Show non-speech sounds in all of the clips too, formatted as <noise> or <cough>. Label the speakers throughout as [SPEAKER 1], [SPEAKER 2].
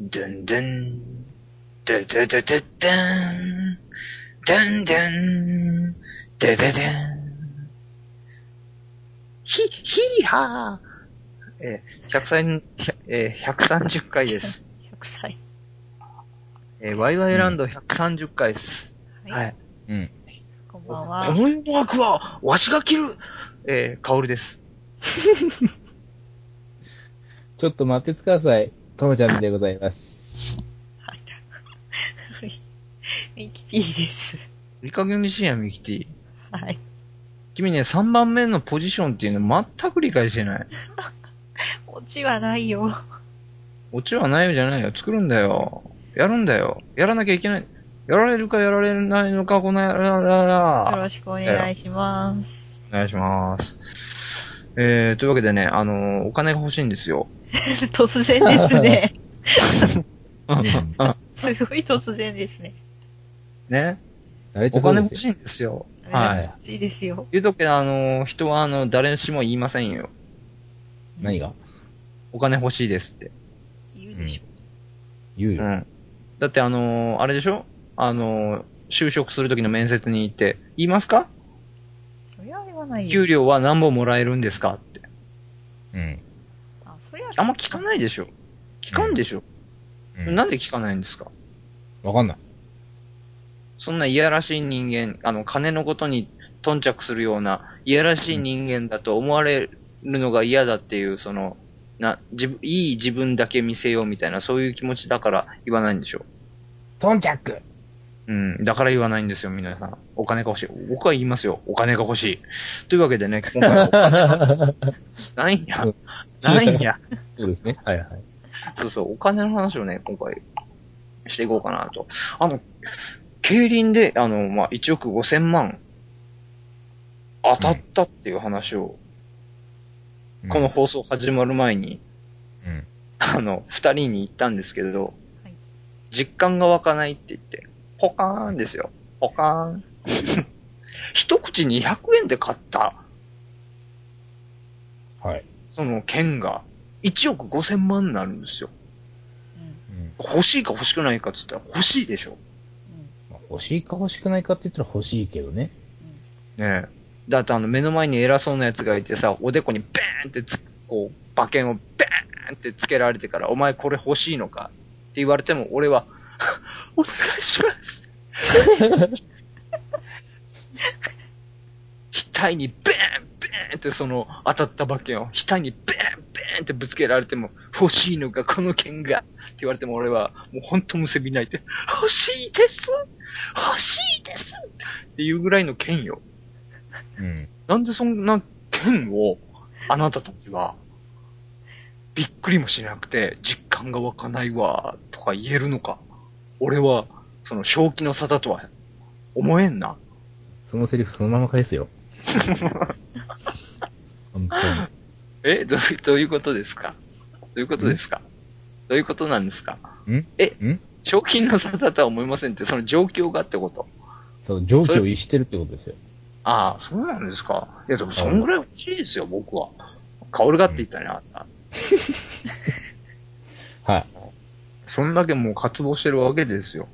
[SPEAKER 1] ドゥンドゥン、ドゥドゥドゥドゥドゥン、ドゥンドゥン、ドゥドゥドゥン。ヒ、ヒーハーえー、100歳、ひゃえー、130回です。
[SPEAKER 2] 100歳。
[SPEAKER 1] えー、ワイワイランド130回です。
[SPEAKER 2] は。
[SPEAKER 1] はいい。
[SPEAKER 3] うん。
[SPEAKER 2] こんばん
[SPEAKER 1] こ
[SPEAKER 2] は。
[SPEAKER 1] の誘惑は、わしが切るえー、カオルです。
[SPEAKER 3] ちょっと待ってつください。ともちゃんでございます。
[SPEAKER 2] はい。はいミキティです。
[SPEAKER 1] いい加減にしや、ミキティ。
[SPEAKER 2] はい。
[SPEAKER 1] 君ね、3番目のポジションっていうの全く理解してない。
[SPEAKER 2] オチはないよ。
[SPEAKER 1] オチはないよじゃないよ。作るんだよ。やるんだよ。やらなきゃいけない。やられるかやられないのか、このやらら
[SPEAKER 2] よ
[SPEAKER 1] ら。
[SPEAKER 2] ろしくお願いします。
[SPEAKER 1] お願いします。えー、というわけでね、あのーお金が欲しいんですよ。
[SPEAKER 2] 突然ですね。
[SPEAKER 3] ん
[SPEAKER 2] すごい突然ですね。
[SPEAKER 1] ね。
[SPEAKER 3] 誰ちゃ
[SPEAKER 1] お
[SPEAKER 3] そう
[SPEAKER 1] 金
[SPEAKER 3] で
[SPEAKER 1] 欲し
[SPEAKER 3] す
[SPEAKER 1] い
[SPEAKER 3] よ。
[SPEAKER 1] んですよ。はい。
[SPEAKER 2] 欲しいですよ。
[SPEAKER 1] 言うとけど、あのー人は、あの、誰しも言いませんよ。
[SPEAKER 3] 何が
[SPEAKER 1] お金欲しいですって。
[SPEAKER 2] 言うでしょ。
[SPEAKER 3] 言う
[SPEAKER 1] う
[SPEAKER 3] よ。
[SPEAKER 1] ん。だって、あのーあれでしょあのー就職するときの面接に行って、言いますか
[SPEAKER 2] そりゃ言わないよ
[SPEAKER 1] 給。料は何本もらえるんですかって。
[SPEAKER 3] うん。
[SPEAKER 2] あ、そりゃ
[SPEAKER 1] あんま聞かないでしょ。聞かんでしょ。
[SPEAKER 3] うん
[SPEAKER 1] なんで聞かないんですか
[SPEAKER 3] わかんない。
[SPEAKER 1] そんないやらしい人間、あの、金のことに頓着するような、いやらしい人間だと思われるのが嫌だっていう、その、な、自分、いい自分だけ見せようみたいな、そういう気持ちだから言わないんでしょ。
[SPEAKER 3] トンチャ
[SPEAKER 1] <laughs>
[SPEAKER 3] ック
[SPEAKER 1] うん。だから言わないんですよ、皆さん。お金が欲しい。僕は言いますよ。お金が欲しい。というわけでね、今回はお
[SPEAKER 3] <laughs>
[SPEAKER 1] 金ないんや
[SPEAKER 3] うん。
[SPEAKER 1] ないんや。
[SPEAKER 3] そうですね。はいはい。
[SPEAKER 1] そうそう、お金の話をね、今回、していこうかなと。あの、競輪で、あの、まあ、1億5千万、当たったっていう話を、
[SPEAKER 3] うん
[SPEAKER 1] この、放送始まる前に、
[SPEAKER 3] うん。
[SPEAKER 1] あの、二人に言ったんですけれど、
[SPEAKER 2] はい
[SPEAKER 1] 実感が湧かないって言って、ポカーンですよ。ポカーン。 <laughs> 一口200円で買った、
[SPEAKER 3] はい。
[SPEAKER 1] その券が、1億5千万になるんですよ。
[SPEAKER 2] うん
[SPEAKER 3] うん。
[SPEAKER 1] 欲しいか欲しくないかって言ったら欲しいでしょ。
[SPEAKER 3] まあ欲しいか欲しくないかって言ったら欲しいけどね。
[SPEAKER 1] ねえ。だってあの目の前に偉そうな奴がいてさ、おでこにベーンってつ、こう、馬券をベーンってつけられてから、お前これ欲しいのかって言われても、俺は、 <laughs> お願いします。額にベーン、ベーンってその当たった馬券を、額にベーン、ベーンってぶつけられても、欲しいのか、この券が。って言われても俺は、もうほんとむせび泣いて、欲しいです欲しいですっていうぐらいの券よ。
[SPEAKER 3] うん。
[SPEAKER 1] なんでそんな剣を、あなたたちは、びっくりもしなくて、実感が湧かないわ、とか言えるのか。俺は、その、正気の沙汰とは、思えんな。
[SPEAKER 3] そのセリフそのまま返す
[SPEAKER 1] <laughs>
[SPEAKER 3] よ。本当に。
[SPEAKER 1] え <laughs> どういう、どういうことですかどういうことですかどういうことなんですか
[SPEAKER 3] ん
[SPEAKER 1] え
[SPEAKER 3] ん
[SPEAKER 1] 正気の沙汰とは思いませんって、その状況がってこと
[SPEAKER 3] そう、上気を逸してるってことですよ。
[SPEAKER 1] ああ、そうなんですか。いや、でも、そんぐらい欲しいですよ、僕は。薫がって言ったね、あんた。
[SPEAKER 3] は
[SPEAKER 1] そんだけもう渇望してるわけですよ。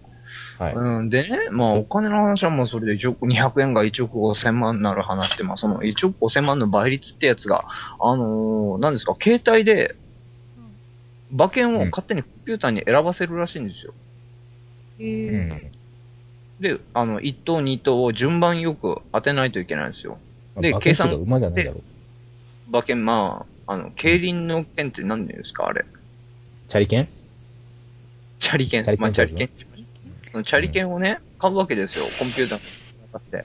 [SPEAKER 3] い。はい。
[SPEAKER 1] うん、でね、まあお金の話はもうそれで1億200円が1億5000万になる話って、まあその1億5000万の倍率ってやつが、あのー、何ですか、携帯で、馬券を勝手にコンピューターに選ばせるらしいんですよ。
[SPEAKER 2] え
[SPEAKER 3] う
[SPEAKER 2] ー
[SPEAKER 3] ん。
[SPEAKER 1] で、あの、1等2等を順番よく当てないといけないんですよ。で
[SPEAKER 3] まあ馬
[SPEAKER 1] 計
[SPEAKER 3] 券
[SPEAKER 1] 算
[SPEAKER 3] とか馬じゃないだろう。
[SPEAKER 1] 馬券、まあ、あの、競輪の券って何ですか、あれ。
[SPEAKER 3] チャリ券
[SPEAKER 1] チャリ券
[SPEAKER 3] チャリ、券
[SPEAKER 1] まあチャリ
[SPEAKER 3] そう
[SPEAKER 1] 券。そのチャリ券をね、買うわけですよ、コンピューターに当たって。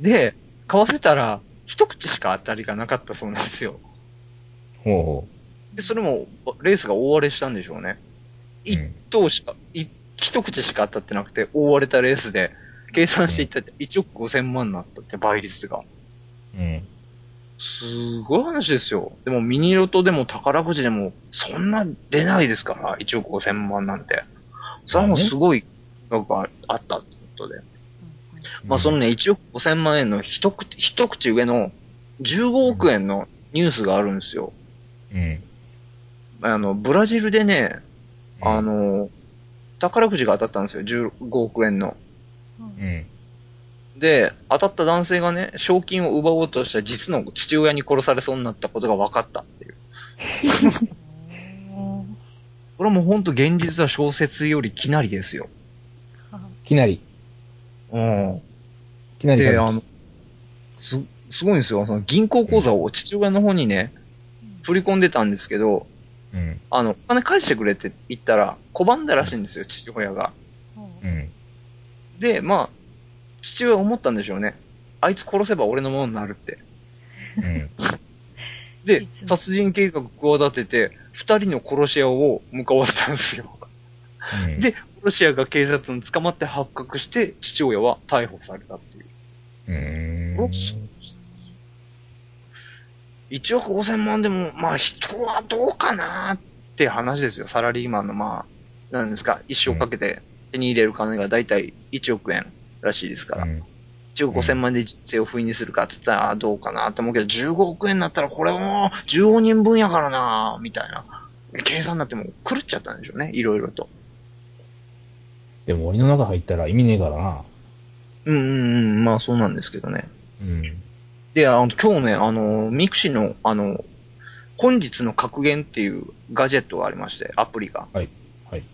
[SPEAKER 1] で、買わせたら、一口しか当たりがなかったそうなんですよ。
[SPEAKER 3] ほうほ
[SPEAKER 1] で、それも、レースが大荒れしたんでしょうね。
[SPEAKER 3] う。
[SPEAKER 1] 一
[SPEAKER 3] うん
[SPEAKER 1] 等しか、い一口しか当たってなくて、大荒れたレースで、計算していったって1億5000万になったって倍率が。
[SPEAKER 3] うん。
[SPEAKER 1] すごい話ですよ。でもミニロトでも宝くじでも、そんな出ないですから、1億5000万なんて。それはもうすごい額があったってことで。まあそのね、1億5000万円の一口一口上の15億円のニュースがあるんですよ。
[SPEAKER 3] うん。
[SPEAKER 1] あの、ブラジルでね、あ、の、宝くじが当たったんですよ、15億円の。
[SPEAKER 2] う
[SPEAKER 3] うんん。
[SPEAKER 1] で、当たった男性がね、賞金を奪おうとした実の父親に殺されそうになったことが分かったっていう。
[SPEAKER 2] うん
[SPEAKER 1] これはもうほんと現実は小説よりきなりですよ。
[SPEAKER 3] きなり。
[SPEAKER 1] うん。
[SPEAKER 3] きなり
[SPEAKER 1] で、
[SPEAKER 3] 和
[SPEAKER 1] あ
[SPEAKER 3] 樹
[SPEAKER 1] の、す、すごいんですよ。その銀行口座を父親の方にね、振り込んでたんですけど、
[SPEAKER 3] うん。
[SPEAKER 1] あの、お金返してくれって言ったら、拒んだらしいんですよ、父親が。
[SPEAKER 3] うん。
[SPEAKER 1] で、まあ、父親思ったんでしょうね。あいつ殺せば俺のものになるって。
[SPEAKER 3] うん。
[SPEAKER 1] で、
[SPEAKER 2] 実に
[SPEAKER 1] 殺人計画を企てて、二人の殺し屋を向かわせたんですよ。
[SPEAKER 3] うん
[SPEAKER 1] で、殺し屋が警察に捕まって発覚して、父親は逮捕されたっていう。
[SPEAKER 3] うーん。
[SPEAKER 1] 1億5000万でも、まあ人はどうかなーって話ですよ。サラリーマンのまあ、なんですか、一生かけて手に入れる金がだいたい1億円らしいですから。
[SPEAKER 3] うん
[SPEAKER 1] 1億5000万で人生を不意にするかって言ったらあーどうかなって思うけど、15億円になったらこれも15人分やからなーみたいな。計算になってもう狂っちゃったんでしょうね、いろいろと。
[SPEAKER 3] でも、檻の中入ったら意味ねえからな。
[SPEAKER 1] うんうんうん、まあそうなんですけどね。
[SPEAKER 3] うん。
[SPEAKER 1] で、あの、今日ね、あの、ミクシーの、あの、本日の格言っていうガジェットがありまして、アプリが。
[SPEAKER 3] はい。はい。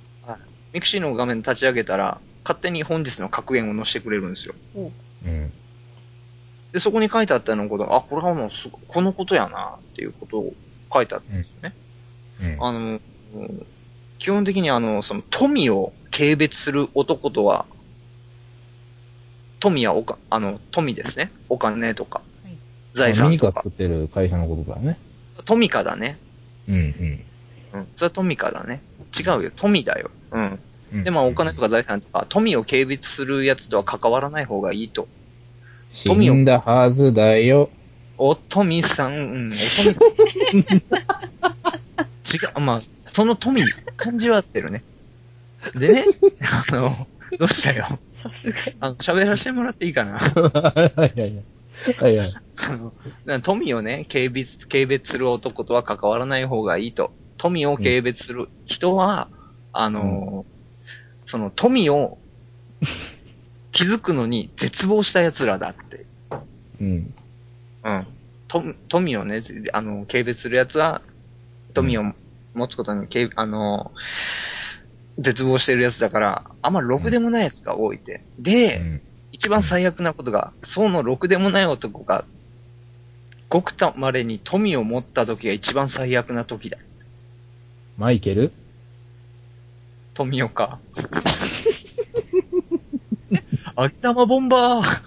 [SPEAKER 1] ミクシーの画面立ち上げたら、勝手に本日の格言を載せてくれるんですよ。
[SPEAKER 3] うん。
[SPEAKER 1] で、そこに書いてあったのことが、あ、これはもうすご、このことやな、っていうことを書いてあったんですよね。
[SPEAKER 3] うん。
[SPEAKER 1] あの、うん基本的にあの、その、富を軽蔑する男とは、富やおか、あの、富ですね。お金とか
[SPEAKER 2] はい、
[SPEAKER 1] 財
[SPEAKER 3] ミ
[SPEAKER 1] 産
[SPEAKER 3] ニカ
[SPEAKER 1] と
[SPEAKER 3] ー
[SPEAKER 1] か
[SPEAKER 3] 作。ってる会社のことだね。
[SPEAKER 1] トミカだね。
[SPEAKER 3] うん。
[SPEAKER 1] うん。それはトミカだね。違うよ。富だよ。うん。
[SPEAKER 3] うん。
[SPEAKER 1] で、まあ、お金とか財産とか、富を軽蔑するやつとは関わらない方がいいと。
[SPEAKER 3] 死んだはずだよ。
[SPEAKER 1] お富さん、うん、お富さん。
[SPEAKER 2] <laughs>
[SPEAKER 1] 違う、まあ、その富、感じは合ってるね。でね、あの、どうしたよ。
[SPEAKER 2] さすが
[SPEAKER 1] あの、喋らせてもらっていいかな。 <laughs>
[SPEAKER 3] はいはいはい。はいはい。
[SPEAKER 1] あのな富をね、軽蔑、軽蔑する男とは関わらない方がいいと。富を軽蔑する人は、あの、その富を気づくのに絶望した奴らだって。
[SPEAKER 3] うん。
[SPEAKER 1] うん。と富をね、あの、軽蔑する奴は、富を持つことに、軽あの、絶望してる奴だから、あんまろくでもない奴が多いって。で、
[SPEAKER 3] うん
[SPEAKER 1] 一番最悪なことが、そのろくでもない男が、ごくたまれに富を持った時が一番最悪な時だ。
[SPEAKER 3] マイケル
[SPEAKER 1] 富岡。秋玉ボンバ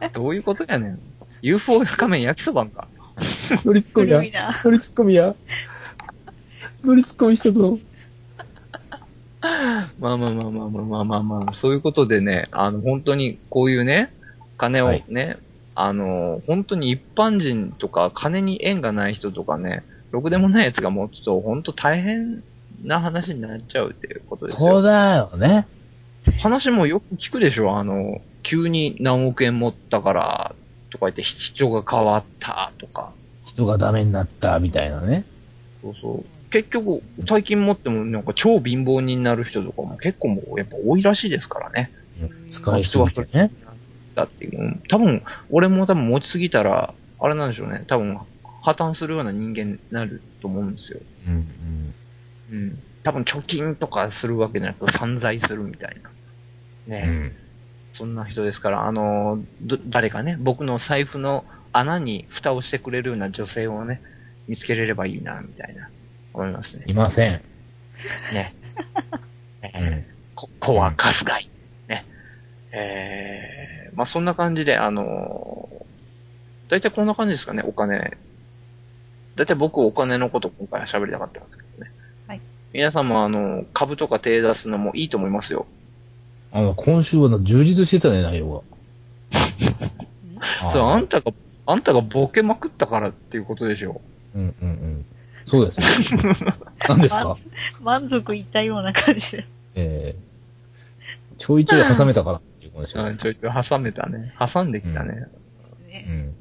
[SPEAKER 1] ー。どういうことやねん。UFO 仮面焼きそばんか。
[SPEAKER 3] 乗りツッコミや
[SPEAKER 2] 古い。な。 <laughs>
[SPEAKER 3] 乗りツッコミや。乗りツッコミしたぞ。
[SPEAKER 1] まあまあまあまあまあまあまあまあ、そういうことでね、あの、本当にこういうね、金をね、あの、本当に一般人とか、金に縁がない人とかね、ろくでもないやつが持つと、本当大変な話になっちゃうっていうことです
[SPEAKER 3] そう
[SPEAKER 1] よ。
[SPEAKER 3] だよね。
[SPEAKER 1] 話もよく聞くでしょあの、急に何億円持ったから、とか言って、人が変わったとか。
[SPEAKER 3] 人がダメになった、みたいなね。
[SPEAKER 1] そうそう。結局、大金持ってもなんか超貧乏人になる人とかも結構もうやっぱ多いらしいですからね。
[SPEAKER 2] うん
[SPEAKER 3] 使いすぎてね。
[SPEAKER 1] だっていう、うん多分、俺も多分持ちすぎたら、あれなんでしょうね、多分、破綻するような人間になると思うんですよ。
[SPEAKER 3] うん
[SPEAKER 1] うん。多分、貯金とかするわけじゃなくて、散財するみたいな。
[SPEAKER 3] う
[SPEAKER 1] ね、
[SPEAKER 3] ん。
[SPEAKER 1] そんな人ですから、あのど誰かね、僕の財布の穴に蓋をしてくれるような女性をね、見つけれればいいな、みたいな、思います
[SPEAKER 3] <laughs>
[SPEAKER 1] ね。
[SPEAKER 3] いません。
[SPEAKER 1] ね。ね
[SPEAKER 3] うん。
[SPEAKER 1] ここはカスいね。えー、まあそんな感じで、あのー、だいたいこんな感じですかね、お金。だいたい僕お金のこと今回は喋りたかったんですけどね。
[SPEAKER 2] はい。
[SPEAKER 1] 皆さんもあの、株とか手出すのもいいと思いますよ。
[SPEAKER 3] あの、今週はな充実してたね、内容が。
[SPEAKER 1] <laughs> それあ
[SPEAKER 3] あ
[SPEAKER 1] んたが、あんたがボケまくったからっていうことでしょ
[SPEAKER 3] うんうんうん。そうですよ。何ですか
[SPEAKER 2] 満足いったような感じで。
[SPEAKER 3] えー、ちょいちょい挟めたからっていうことでし
[SPEAKER 1] う。
[SPEAKER 3] ょ。
[SPEAKER 1] うん、ちょいちょい挟めたね。挟んできたね。
[SPEAKER 3] う
[SPEAKER 2] ね
[SPEAKER 3] ん。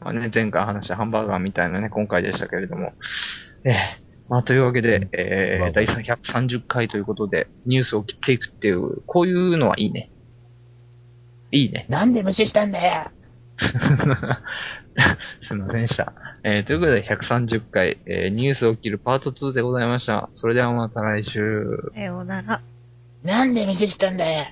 [SPEAKER 1] まあね、前回話したハンバーガーみたいなね、今回でしたけれども。ええまあ、というわけ
[SPEAKER 3] うん
[SPEAKER 1] で、えー、
[SPEAKER 3] そ
[SPEAKER 1] 第130回ということで、ニュースを切っていくっていう、こういうのはいいね。いいね。
[SPEAKER 3] なんで無視したんだよ
[SPEAKER 1] <laughs> すいませんでした。えー、ということで、130回、えー、ニュースを切るパート2でございました。それではまた来週。
[SPEAKER 2] さようなら。
[SPEAKER 3] なんで無視したんだよ